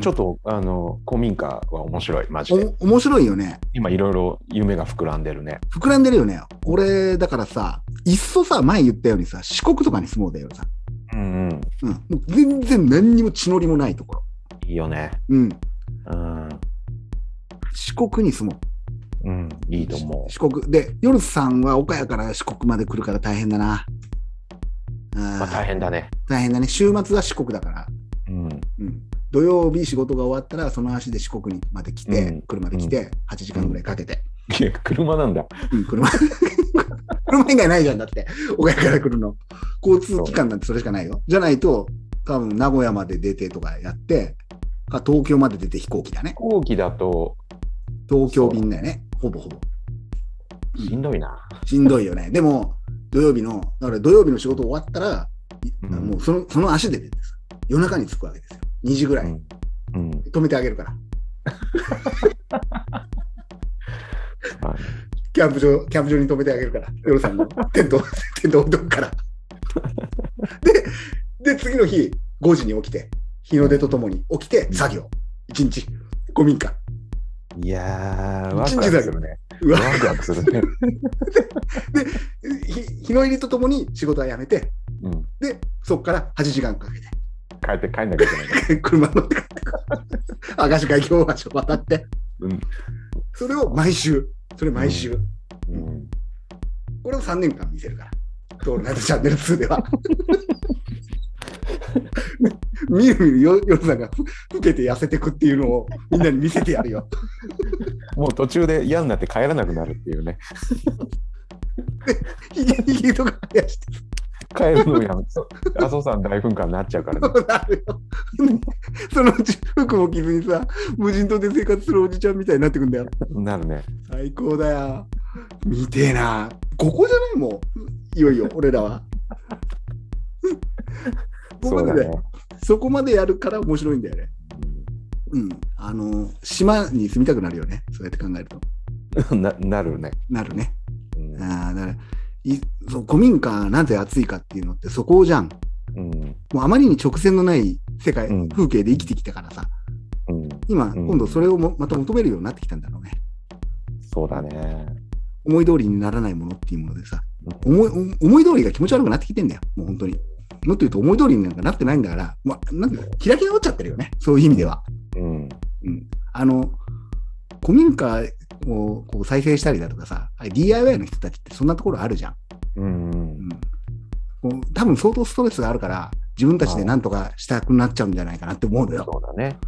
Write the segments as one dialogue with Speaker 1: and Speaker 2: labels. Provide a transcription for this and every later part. Speaker 1: ちょっとあの公民館は面白いマジで
Speaker 2: お面白いよね。
Speaker 1: 今いろいろ夢が膨らんでるね
Speaker 2: 膨らんでるよね。俺、だからさ、いっそさ、前言ったようにさ、四国とかに住もうだよさ。
Speaker 1: うんうん
Speaker 2: うん。もう全然何にも血のりもないところ。
Speaker 1: いいよね
Speaker 2: うん。
Speaker 1: うん
Speaker 2: 四国に住もう。
Speaker 1: うんいいと思
Speaker 2: 四国。で、夜さんは岡谷から四国まで来るから大変だな。あー
Speaker 1: うまあ大変だね
Speaker 2: 大変だね。週末は四国だから。
Speaker 1: うん
Speaker 2: うん。土曜日仕事が終わったら、その足で四国にまで来て、
Speaker 1: うん
Speaker 2: 車で来て、8時間ぐらいかけて。
Speaker 1: いや車なんだ
Speaker 2: うん、車。 車以外ないじゃんだって、岡谷から来るの。交通機関なんてそれしかないよ。じゃないと、多分名古屋まで出てとかやって、か東京まで出て飛行機だね
Speaker 1: 飛。行機だと
Speaker 2: 東京便だよね、ほぼほぼ。
Speaker 1: しんどいな、
Speaker 2: しんどいよね。で も、土曜日の、だから土曜日の仕事終わったら、
Speaker 1: うん
Speaker 2: もうそのその足で出てさ、夜中に着くわけですよ。2時ぐらい。
Speaker 1: うんうん
Speaker 2: 止めてあげるから。
Speaker 1: まあね
Speaker 2: キャンプ場、キャンプ場に止めてあげるから、夜さんのテント、 テント置いとくから。で、で、次の日、5時に起きて、日の出とともに起きて、作業。一日、古民家。
Speaker 1: いやーワ
Speaker 2: 一
Speaker 1: クワ
Speaker 2: 日
Speaker 1: ク
Speaker 2: だ
Speaker 1: す
Speaker 2: け
Speaker 1: るね
Speaker 2: うわ
Speaker 1: ワ、クワクするね、
Speaker 2: 日日の入りとともに仕事はやめて、
Speaker 1: うん、
Speaker 2: で、そこから8時間かけ
Speaker 1: 帰って帰んなきゃいけないから
Speaker 2: て、車乗って帰ってくる。 明石海峡橋を渡って、
Speaker 1: うん
Speaker 2: それを毎週、それ毎週。
Speaker 1: うん
Speaker 2: これを3年間見せるから。トールナイトチャンネル2では。 みるみるよ、ヨルさんがふ老けて痩せてくっていうのをみんなに見せてやるよ。
Speaker 1: もう途中で嫌になって帰らなくなるっていうね
Speaker 2: ひげひげとか生やして
Speaker 1: 帰るのやめそう阿蘇山大噴火になっちゃう からね
Speaker 2: そうなるよ。 そのうち服も着ずにさ、無人島で生活するおじちゃんみたいになってくんだよ。
Speaker 1: なるね
Speaker 2: 最高だよ。見てえな。ここじゃないもん。いよいよ、俺らは。ここ
Speaker 1: そう
Speaker 2: ま
Speaker 1: だ
Speaker 2: でだ
Speaker 1: ね
Speaker 2: よ、そこまでやるから面白いんだよね。うん、あの島に住みたくなるよね、そうやって考えると。
Speaker 1: うんななるね、
Speaker 2: なるね。
Speaker 1: うん
Speaker 2: あーだからいそう古民家なぜ暑いかっていうのってそこじゃん。
Speaker 1: うん
Speaker 2: もうあまりに直線のない世界、
Speaker 1: うん
Speaker 2: 風景で生きてきたからさ、
Speaker 1: うん、
Speaker 2: 今、
Speaker 1: ん
Speaker 2: 今度それをもまた求めるようになってきたんだろうね。
Speaker 1: そうだね
Speaker 2: 思い通りにならないものっていうものでさ、思い思い通りが気持ち悪くなってきてんだよ、もう本当に。もっと言うと思い通りになんかなってないんだから、まあ、なんか開き直っちゃってるよね、そういう意味では。
Speaker 1: うん
Speaker 2: あの、古民家をこう再生したりだとかさ、あれ DIY の人たちってそんなところあるじゃん。
Speaker 1: うんうん
Speaker 2: うん、こう多分相当ストレスがあるから、自分たちで何とかしたくなっちゃうんじゃないかなって思うのよ。
Speaker 1: そうだね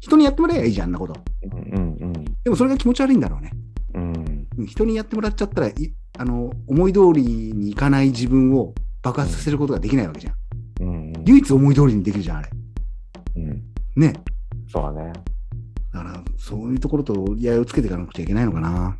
Speaker 2: 人にやってもらえばいいじゃん、あんなこと。
Speaker 1: うんうん
Speaker 2: でもそれが気持ち悪いんだろうね。
Speaker 1: うんうん
Speaker 2: うん人にやってもらっちゃったら、いあの思い通りにいかない自分を爆発させることができないわけじゃん。
Speaker 1: うん
Speaker 2: 唯一思い通りにできるじゃん、あれ。
Speaker 1: うん
Speaker 2: ね。
Speaker 1: そうだね
Speaker 2: だから、そういうところと折り合いをつけていかなくちゃいけないのかな。